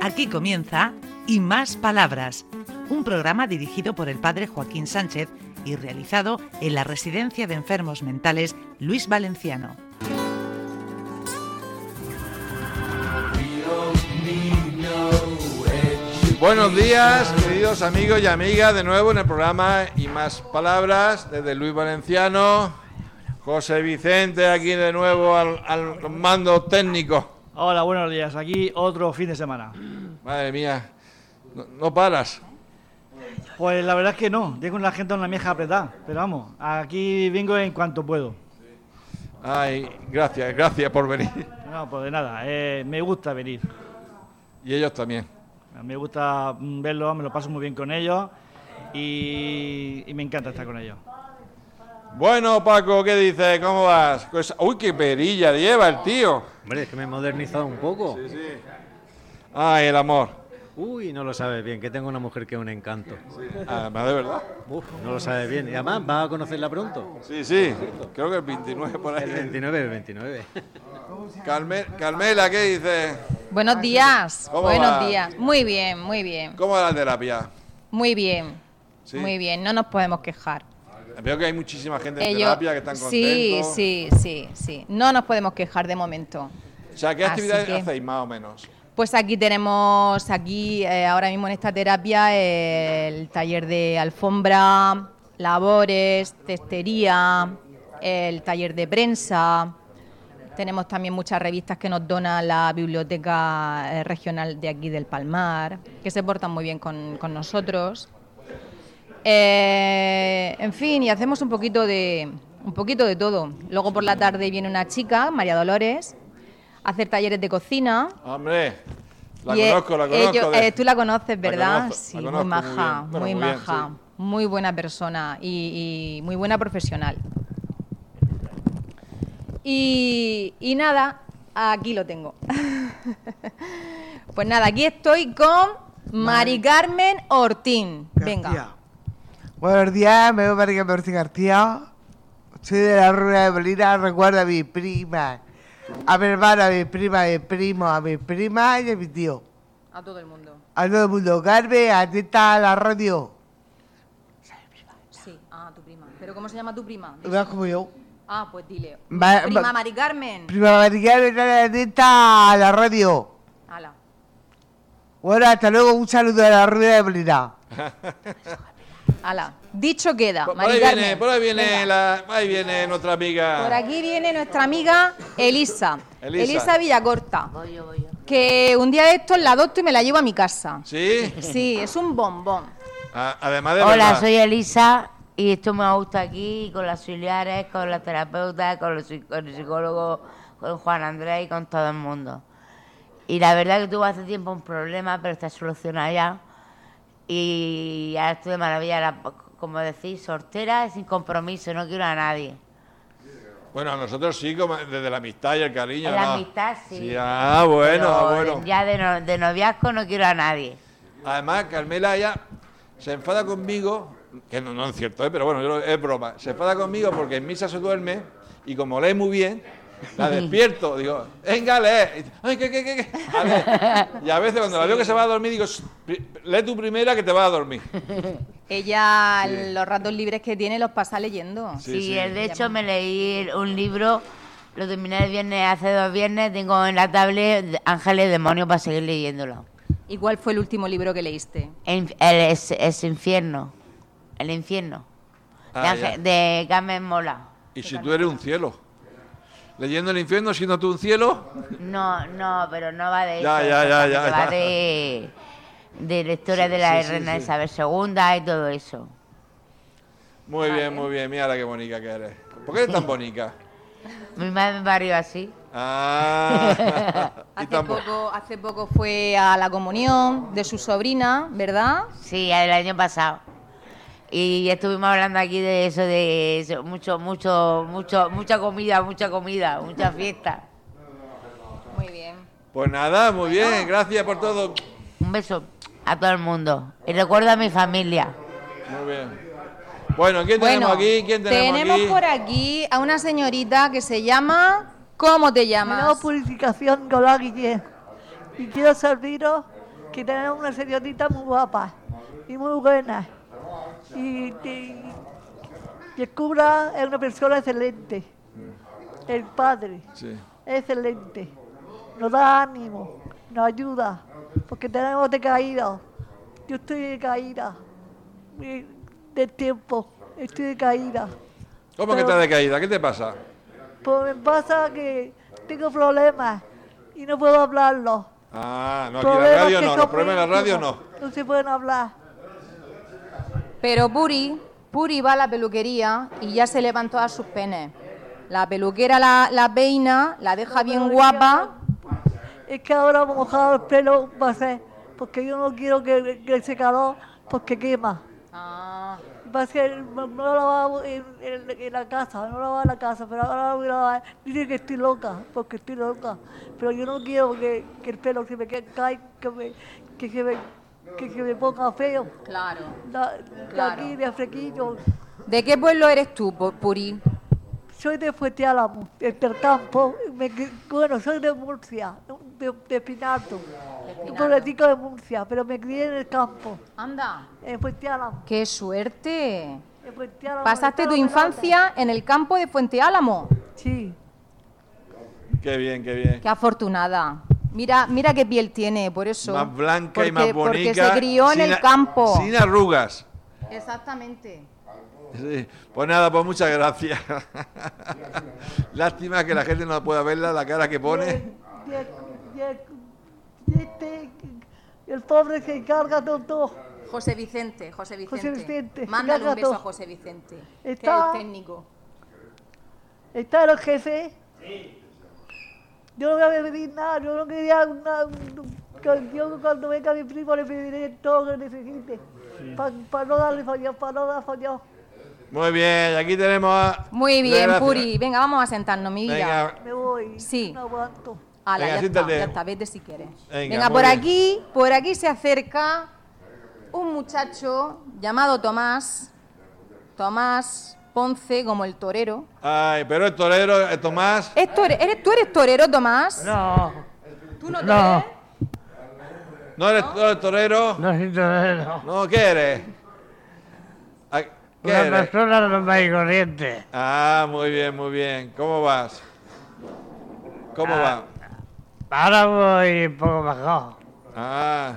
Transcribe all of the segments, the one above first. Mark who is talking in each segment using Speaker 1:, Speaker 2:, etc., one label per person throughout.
Speaker 1: Aquí comienza Y Más Palabras, un programa dirigido por el padre Joaquín Sánchez y realizado en la Residencia de Enfermos Mentales Luis Valenciano.
Speaker 2: Buenos días, queridos amigos y amigas, de nuevo en el programa y más palabras desde Luis Valenciano, José Vicente aquí de nuevo al, al mando técnico.
Speaker 3: Hola, buenos días. Aquí otro fin de semana.
Speaker 2: Madre mía, no, no paras.
Speaker 3: Pues la verdad es que no, dejo la gente en la mieja apretada. Pero vamos, aquí vengo en cuanto puedo.
Speaker 2: Ay, gracias, gracias por venir.
Speaker 3: No, pues de nada, eh, me gusta venir.
Speaker 2: Y ellos también.
Speaker 3: Me gusta mm, verlos, me lo paso muy bien con ellos y, y me encanta estar con ellos.
Speaker 2: Bueno, Paco, ¿qué dices? ¿Cómo vas? Pues- uy, qué perilla lleva el tío.
Speaker 4: Hombre, es que me he modernizado un poco.
Speaker 2: Ay, el amor.
Speaker 4: Uy, no lo sabes bien, que tengo una mujer que es un encanto.
Speaker 2: Además, de verdad.
Speaker 4: Uf, no lo sabes bien. Y además, vas a conocerla pronto.
Speaker 2: Sí, sí, creo que el 29 por
Speaker 4: El
Speaker 2: ahí.
Speaker 4: 29, el 29.
Speaker 2: Carme- Carmela, ¿qué dices?
Speaker 5: Buenos días.
Speaker 2: ¿Cómo
Speaker 5: Buenos
Speaker 2: va?
Speaker 5: días. Muy bien, muy bien.
Speaker 2: ¿Cómo va la terapia?
Speaker 5: Muy bien.
Speaker 2: Sí.
Speaker 5: Muy bien, no nos podemos quejar.
Speaker 2: Veo que hay muchísima gente en
Speaker 5: Ellos-
Speaker 2: terapia que están
Speaker 5: sí,
Speaker 2: contentos.
Speaker 5: sí, sí, sí. No nos podemos quejar de momento.
Speaker 2: O sea, ¿qué
Speaker 5: Así
Speaker 2: actividades
Speaker 5: que-
Speaker 2: hacéis más o menos?
Speaker 5: Pues aquí tenemos, aquí eh, ahora mismo en esta terapia, eh, el taller de alfombra, labores, testería, el taller de prensa. Tenemos también muchas revistas que nos dona la biblioteca eh, regional de aquí del Palmar, que se portan muy bien con, con nosotros. Eh, en fin, y hacemos un poquito de un poquito de todo. Luego por la tarde viene una chica, María Dolores, a hacer talleres de cocina.
Speaker 2: Hombre, la
Speaker 5: Y, eh,
Speaker 2: conozco, la conozco.
Speaker 5: ello-
Speaker 2: de-
Speaker 5: eh, tú la conoces,
Speaker 2: La
Speaker 5: ¿verdad?
Speaker 2: conozco, la
Speaker 5: sí,
Speaker 2: conozco
Speaker 5: muy maja,
Speaker 2: bien.
Speaker 5: muy,
Speaker 2: Bueno, bien,
Speaker 5: maja,
Speaker 2: sí.
Speaker 5: muy buena persona y, y muy buena profesional. Y, y nada, aquí lo tengo. pues nada, aquí estoy con Mari Carmen Ortín. Venga.
Speaker 6: García. Buenos días, me llamo María Martín García. Soy de la Rueda de Molina, recuerdo a mi prima, a mi hermana, a mi prima, a mi primo, a mi prima y a mi tío.
Speaker 5: A todo el mundo.
Speaker 6: A todo el mundo, Carmen, atenta a la radio.
Speaker 5: Sí, a tu prima. ¿Pero cómo se llama tu prima?
Speaker 6: No como yo.
Speaker 5: Ah, pues dile.
Speaker 6: Ma-
Speaker 5: prima
Speaker 6: ma-
Speaker 5: Mari Carmen.
Speaker 6: Prima María, atenta a la radio.
Speaker 5: Ala.
Speaker 6: Bueno, hasta luego, un saludo a la Rueda de Molina.
Speaker 5: Ala. Dicho queda.
Speaker 2: Pues Por, por
Speaker 5: Mari
Speaker 2: ahí
Speaker 5: Carmen.
Speaker 2: viene, por ahí
Speaker 5: Venga.
Speaker 2: viene, la, ahí viene nuestra amiga.
Speaker 5: Por aquí viene nuestra amiga Elisa.
Speaker 2: Ah. Elisa.
Speaker 5: Elisa, Villacorta. Que un día de estos la adopto y me la llevo a mi casa.
Speaker 2: ¿Sí?
Speaker 5: Sí, es un bombón.
Speaker 2: A- además de
Speaker 7: Hola,
Speaker 2: verdad.
Speaker 7: soy Elisa y esto me gusta aquí con las auxiliares, con las terapeutas, con los psi- con el psicólogo, con Juan Andrés y con todo el mundo. Y la verdad que tuve hace tiempo un problema, pero está solucionado ya. Y ahora estoy de maravilla, la- como decís, soltera y sin compromiso, no quiero a nadie.
Speaker 2: Bueno, a nosotros sí, como desde la amistad y el cariño.
Speaker 7: La
Speaker 2: ¿no?
Speaker 7: amistad, sí.
Speaker 2: ah, bueno,
Speaker 7: Pero
Speaker 2: ah, bueno.
Speaker 7: Ya de, no- de noviazgo no quiero a nadie.
Speaker 2: Además, Carmela ya se enfada conmigo, que no, no es cierto, ¿eh? pero bueno, yo lo- es broma. Se enfada conmigo porque en misa se duerme y como lee muy bien, la despierto. Digo, venga, lee. Y dice, Ay, ¿qué, qué, qué, qué? A ver. Y a veces cuando la veo que se va a dormir, digo, "Shh, pri- lee tu primera que te vas a dormir.
Speaker 5: Ella los ratos libres que tiene los pasa leyendo.
Speaker 2: Sí,
Speaker 7: Sí,
Speaker 2: sí.
Speaker 7: eh, de hecho me leí un libro, lo terminé el viernes, hace dos viernes, tengo en la tablet de- Ángeles Demonios para seguir leyéndolo.
Speaker 5: ¿Y cuál fue el último libro que leíste?
Speaker 7: En- el, es, es infierno, el infierno, de,
Speaker 2: Ah,
Speaker 7: Ángel-
Speaker 2: ya.
Speaker 7: de Carmen Mola.
Speaker 2: Y si tú eres un cielo, leyendo el infierno, siendo tú un cielo,
Speaker 7: No, no, pero no va de
Speaker 2: Ya,
Speaker 7: eso,
Speaker 2: ya, ya,
Speaker 7: porque
Speaker 2: ya,
Speaker 7: va
Speaker 2: ya.
Speaker 7: De, de la historia
Speaker 2: Sí,
Speaker 7: de la
Speaker 2: sí, sí,
Speaker 7: reina
Speaker 2: sí.
Speaker 7: Isabel II y todo eso.
Speaker 2: muy bien, muy bien, mira la que bonita que eres. ¿Por qué eres tan bonita?
Speaker 7: Mi madre me parió así.
Speaker 2: Ah, y
Speaker 5: Hace
Speaker 2: tan bo-
Speaker 5: poco, hace poco fue a la comunión de su sobrina, ¿verdad?
Speaker 7: Sí, el año pasado. Y estuvimos hablando aquí de eso, de eso, mucho, mucho, mucho, mucha comida, mucha comida, mucha fiesta.
Speaker 5: Muy bien.
Speaker 2: Pues nada, muy bien, gracias por todo.
Speaker 7: Un beso a todo el mundo. Y recuerdo a mi familia.
Speaker 2: Muy bien. Bueno, ¿quién tenemos aquí? ¿Quién tenemos, aquí?
Speaker 5: por aquí a una señorita que se llama. ¿Cómo te
Speaker 8: Me llamo
Speaker 5: llamas?
Speaker 8: Ah, Purificación Golaguille y quiero eh. serviros que tenemos una señorita muy guapa y muy buena. Y, te- y el cura es una persona excelente. El padre
Speaker 2: Sí.
Speaker 8: es excelente. Nos da ánimo, nos ayuda, porque tenemos decaída. Yo estoy decaída eh, del tiempo, estoy decaída.
Speaker 2: ¿Cómo que
Speaker 8: Pero-
Speaker 2: estás decaída? ¿Qué te pasa?
Speaker 8: Pues me pasa que tengo problemas y no puedo hablarlo.
Speaker 2: Ah, no, aquí en
Speaker 8: Problemas
Speaker 2: la radio
Speaker 8: que
Speaker 2: no, los
Speaker 8: son
Speaker 2: problemas en la radio no.
Speaker 8: íntimos, No se pueden hablar.
Speaker 5: Pero Puri, Puri va a la peluquería y ya se levan todas sus penes. La peluquera la, la peina, la deja bien guapa.
Speaker 8: Es que ahora mojado el pelo va a ser, porque yo no quiero que, que se calor, porque quema.
Speaker 5: Ah,
Speaker 8: Va a ser, no no lo lavaba en, en- en la casa, no lo lavaba en la casa, pero ahora lo voy a lavar. Dicen que estoy loca, porque estoy loca. Pero yo no quiero que, que el pelo se me quede cae, que, me, que, se me, que se me ponga feo.
Speaker 5: claro.
Speaker 8: La,
Speaker 5: Claro.
Speaker 8: Aquí de flequillo.
Speaker 5: ¿De qué pueblo eres tú, Pu- Puri?
Speaker 8: Soy de Fuente Álamo, de Tercampo. Me cri- bueno, soy de Murcia, de, de Pinato, un pueblecito de Murcia, pero me crié en el campo,
Speaker 5: Anda.
Speaker 8: en Fuente Álamo.
Speaker 5: ¡Qué suerte!
Speaker 8: en Fuente Álamo,
Speaker 5: Pasaste tu
Speaker 8: estaba en Álamo.
Speaker 5: infancia en el campo de Fuente Álamo.
Speaker 8: Sí,
Speaker 2: Qué bien, qué bien.
Speaker 5: Qué afortunada. Mira, mira qué piel tiene, por eso.
Speaker 2: Más blanca y
Speaker 5: Porque-
Speaker 2: más bonita.
Speaker 5: Porque se crió en
Speaker 2: sin
Speaker 5: el
Speaker 2: a-
Speaker 5: campo.
Speaker 2: Sin arrugas.
Speaker 5: Exactamente.
Speaker 2: Sí. Pues nada, pues muchas gracias. Lástima que la gente no pueda verla, la cara que pone.
Speaker 8: y el, y el- y este- el pobre se encarga de todo.
Speaker 5: José Vicente, José Vicente.
Speaker 8: José Vicente,
Speaker 5: Mándale un
Speaker 8: gato.
Speaker 5: beso a José Vicente, que es
Speaker 8: Está-
Speaker 5: el técnico.
Speaker 8: ¿Está el jefe? Yo no voy a pedir nada, yo no quería una... un- que Yo cuando venga mi primo le pediré todo lo que necesite. Para no darle fallo, para no dar fallo.
Speaker 2: Muy bien, y aquí tenemos a.
Speaker 5: Muy bien,
Speaker 2: Gracias.
Speaker 5: Puri. Venga, vamos a sentarnos, mi vida.
Speaker 2: Venga,
Speaker 8: Me voy.
Speaker 5: Sí.
Speaker 8: No aguanto.
Speaker 5: Ala,
Speaker 2: Venga,
Speaker 5: ya, está,
Speaker 2: siéntate.
Speaker 5: ya está, vete si quieres.
Speaker 2: Venga,
Speaker 5: Venga,
Speaker 2: muy
Speaker 5: por
Speaker 2: bien.
Speaker 5: aquí, por aquí se acerca un muchacho llamado Tomás, Tomás Ponce, como el torero.
Speaker 2: Ay, pero el torero, eh, Tomás.
Speaker 5: ¿Es tore- eres, ¿Tú eres torero, Tomás?
Speaker 6: No,
Speaker 5: ¿Tú no,
Speaker 6: no.
Speaker 5: eres?
Speaker 2: ¿No eres no eres torero?
Speaker 6: no soy torero.
Speaker 2: No, ¿qué eres? Ah, ¿Qué
Speaker 6: Una
Speaker 2: eres?
Speaker 6: persona normal y corriente.
Speaker 2: Ah, muy bien, muy bien. ¿Cómo vas? ¿Cómo
Speaker 6: Ah.
Speaker 2: va?
Speaker 6: Ahora voy un poco bajado.
Speaker 2: Ah,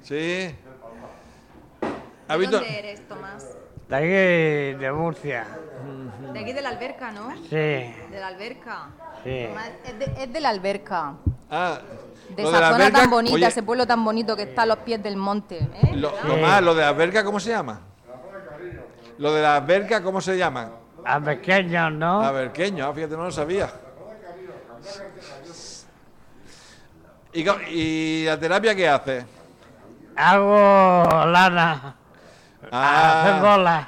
Speaker 2: ¿sí? ¿Has
Speaker 5: ¿De
Speaker 2: visto?
Speaker 5: dónde eres, Tomás?
Speaker 6: De aquí, de Murcia.
Speaker 5: De aquí de la alberca, ¿no?
Speaker 6: Sí,
Speaker 5: De la alberca.
Speaker 6: sí.
Speaker 5: Tomás, Es de, es de la alberca.
Speaker 2: Ah,
Speaker 5: De
Speaker 2: lo
Speaker 5: esa
Speaker 2: la
Speaker 5: zona
Speaker 2: alberca-
Speaker 5: tan bonita,
Speaker 2: oye,
Speaker 5: ese pueblo tan bonito que está a los pies del monte. ¿eh?
Speaker 2: Lo,
Speaker 5: ¿Verdad?
Speaker 2: lo más, lo de la verga, ¿cómo se llama? Lo de la verga, ¿cómo se llama?
Speaker 6: A pequeños,
Speaker 2: A
Speaker 6: ¿no?
Speaker 2: verqueño, ah, fíjate, no lo sabía. ¿Y, co- y la terapia qué hace?
Speaker 6: Hago lana. Hacer
Speaker 2: Ah,
Speaker 6: bolas.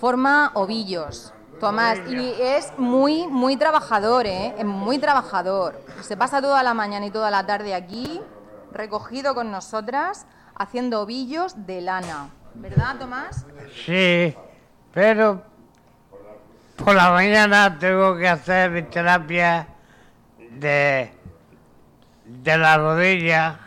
Speaker 5: Forma ovillos. Tomás, y es muy, muy trabajador, ¿eh? Es muy trabajador. Se pasa toda la mañana y toda la tarde aquí, recogido con nosotras, haciendo ovillos de lana. ¿Verdad, Tomás?
Speaker 6: Sí, pero por la mañana tengo que hacer mi terapia de, de la rodilla,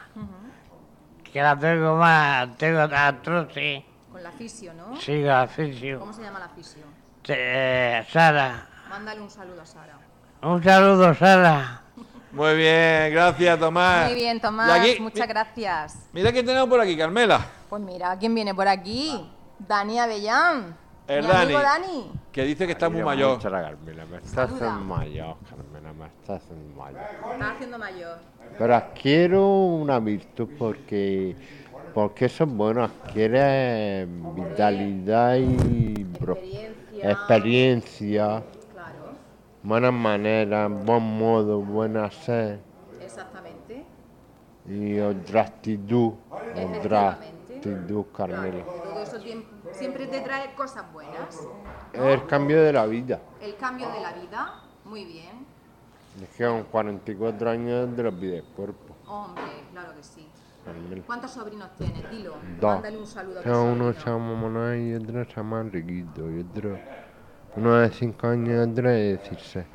Speaker 6: que la tengo más, tengo artrosis,
Speaker 5: Con la fisio, ¿no?
Speaker 6: sigo al fisio.
Speaker 5: ¿Cómo se llama la fisio?
Speaker 6: Te- eh, Sara,
Speaker 5: Mándale un saludo a Sara.
Speaker 6: un saludo Sara.
Speaker 2: muy bien, gracias Tomás.
Speaker 5: Muy bien, Tomás,
Speaker 2: Ah, Y aquí-
Speaker 5: muchas
Speaker 2: mi-
Speaker 5: gracias.
Speaker 2: Mira quién tenemos por aquí, Carmela,
Speaker 5: Pues mira, ¿quién viene por aquí? Dani Avellán.
Speaker 2: El
Speaker 5: Mi
Speaker 2: Dani.
Speaker 5: amigo Dani.
Speaker 2: que dice que está muy mayor.
Speaker 9: Carmela, me estás
Speaker 5: Saluda.
Speaker 9: en mayor, Carmela, me estás en mayor.
Speaker 5: Está haciendo mayor.
Speaker 9: Pero adquiero una virtud porque, porque son buenos, adquiere vitalidad y bro-
Speaker 5: Experiencia.
Speaker 9: experiencia,
Speaker 5: Claro,
Speaker 9: buenas maneras, buen modo, buen hacer
Speaker 5: exactamente.
Speaker 9: y otra actitud, otra
Speaker 5: Efectivamente.
Speaker 9: actitud, Carmela.
Speaker 5: Todo eso tiemp- siempre te trae cosas buenas.
Speaker 9: El cambio de la vida.
Speaker 5: El cambio de la vida, muy bien.
Speaker 9: Es que con 44 años te lo pide el cuerpo,
Speaker 5: Hombre, claro que sí.
Speaker 9: Carmela.
Speaker 5: ¿Cuántos sobrinos tienes? Dilo.
Speaker 9: Dos.
Speaker 5: Mándale un saludo a tu
Speaker 9: Que uno se
Speaker 5: sobrino.
Speaker 9: llama Manuel y otro se llama Enriquito y otro. Uno de 5 años y otro de 16.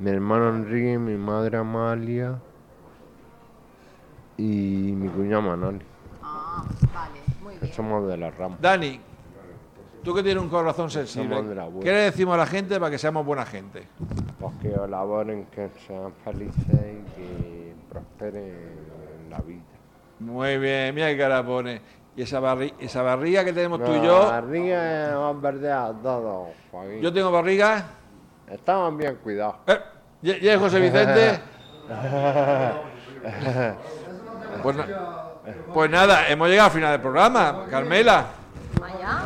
Speaker 9: Mi hermano Enrique, mi madre Amalia y mi
Speaker 6: cuñado Manoli.
Speaker 5: Ah, vale, muy bien.
Speaker 6: Somos de la rama.
Speaker 2: Dani, tú que tienes un corazón sensible,
Speaker 6: Somos de la buena.
Speaker 2: ¿qué le decimos a la gente para que seamos buena gente?
Speaker 6: Pues que colaboren, que sean felices y que prosperen en la vida.
Speaker 2: Muy bien, mira qué cara pone. Y esa, barri- esa barriga que tenemos tú y
Speaker 6: No,
Speaker 2: yo,
Speaker 6: Arriba hemos perdido todo, Joaquín.
Speaker 2: yo tengo barriga.
Speaker 6: Estamos bien cuidados.
Speaker 2: Eh, ¿Y y es José Vicente? Pues, na- pues nada, hemos llegado al final del programa, Carmela.
Speaker 5: Allá.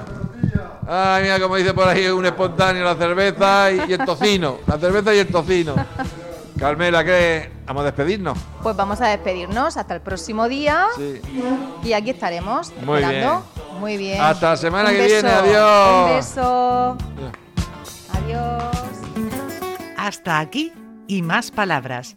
Speaker 2: Ay, mira, como dice por ahí, un espontáneo, la cerveza y, y el tocino. La cerveza y el tocino. Carmela, ¿qué? ¿Vamos a despedirnos?
Speaker 5: Pues vamos a despedirnos hasta el próximo día
Speaker 2: Sí.
Speaker 5: y aquí estaremos
Speaker 2: Muy
Speaker 5: esperando. Muy bien.
Speaker 2: Hasta la semana
Speaker 5: Un
Speaker 2: que
Speaker 5: beso,
Speaker 2: viene, adiós.
Speaker 5: Un beso. Adiós.
Speaker 1: Hasta aquí y más palabras.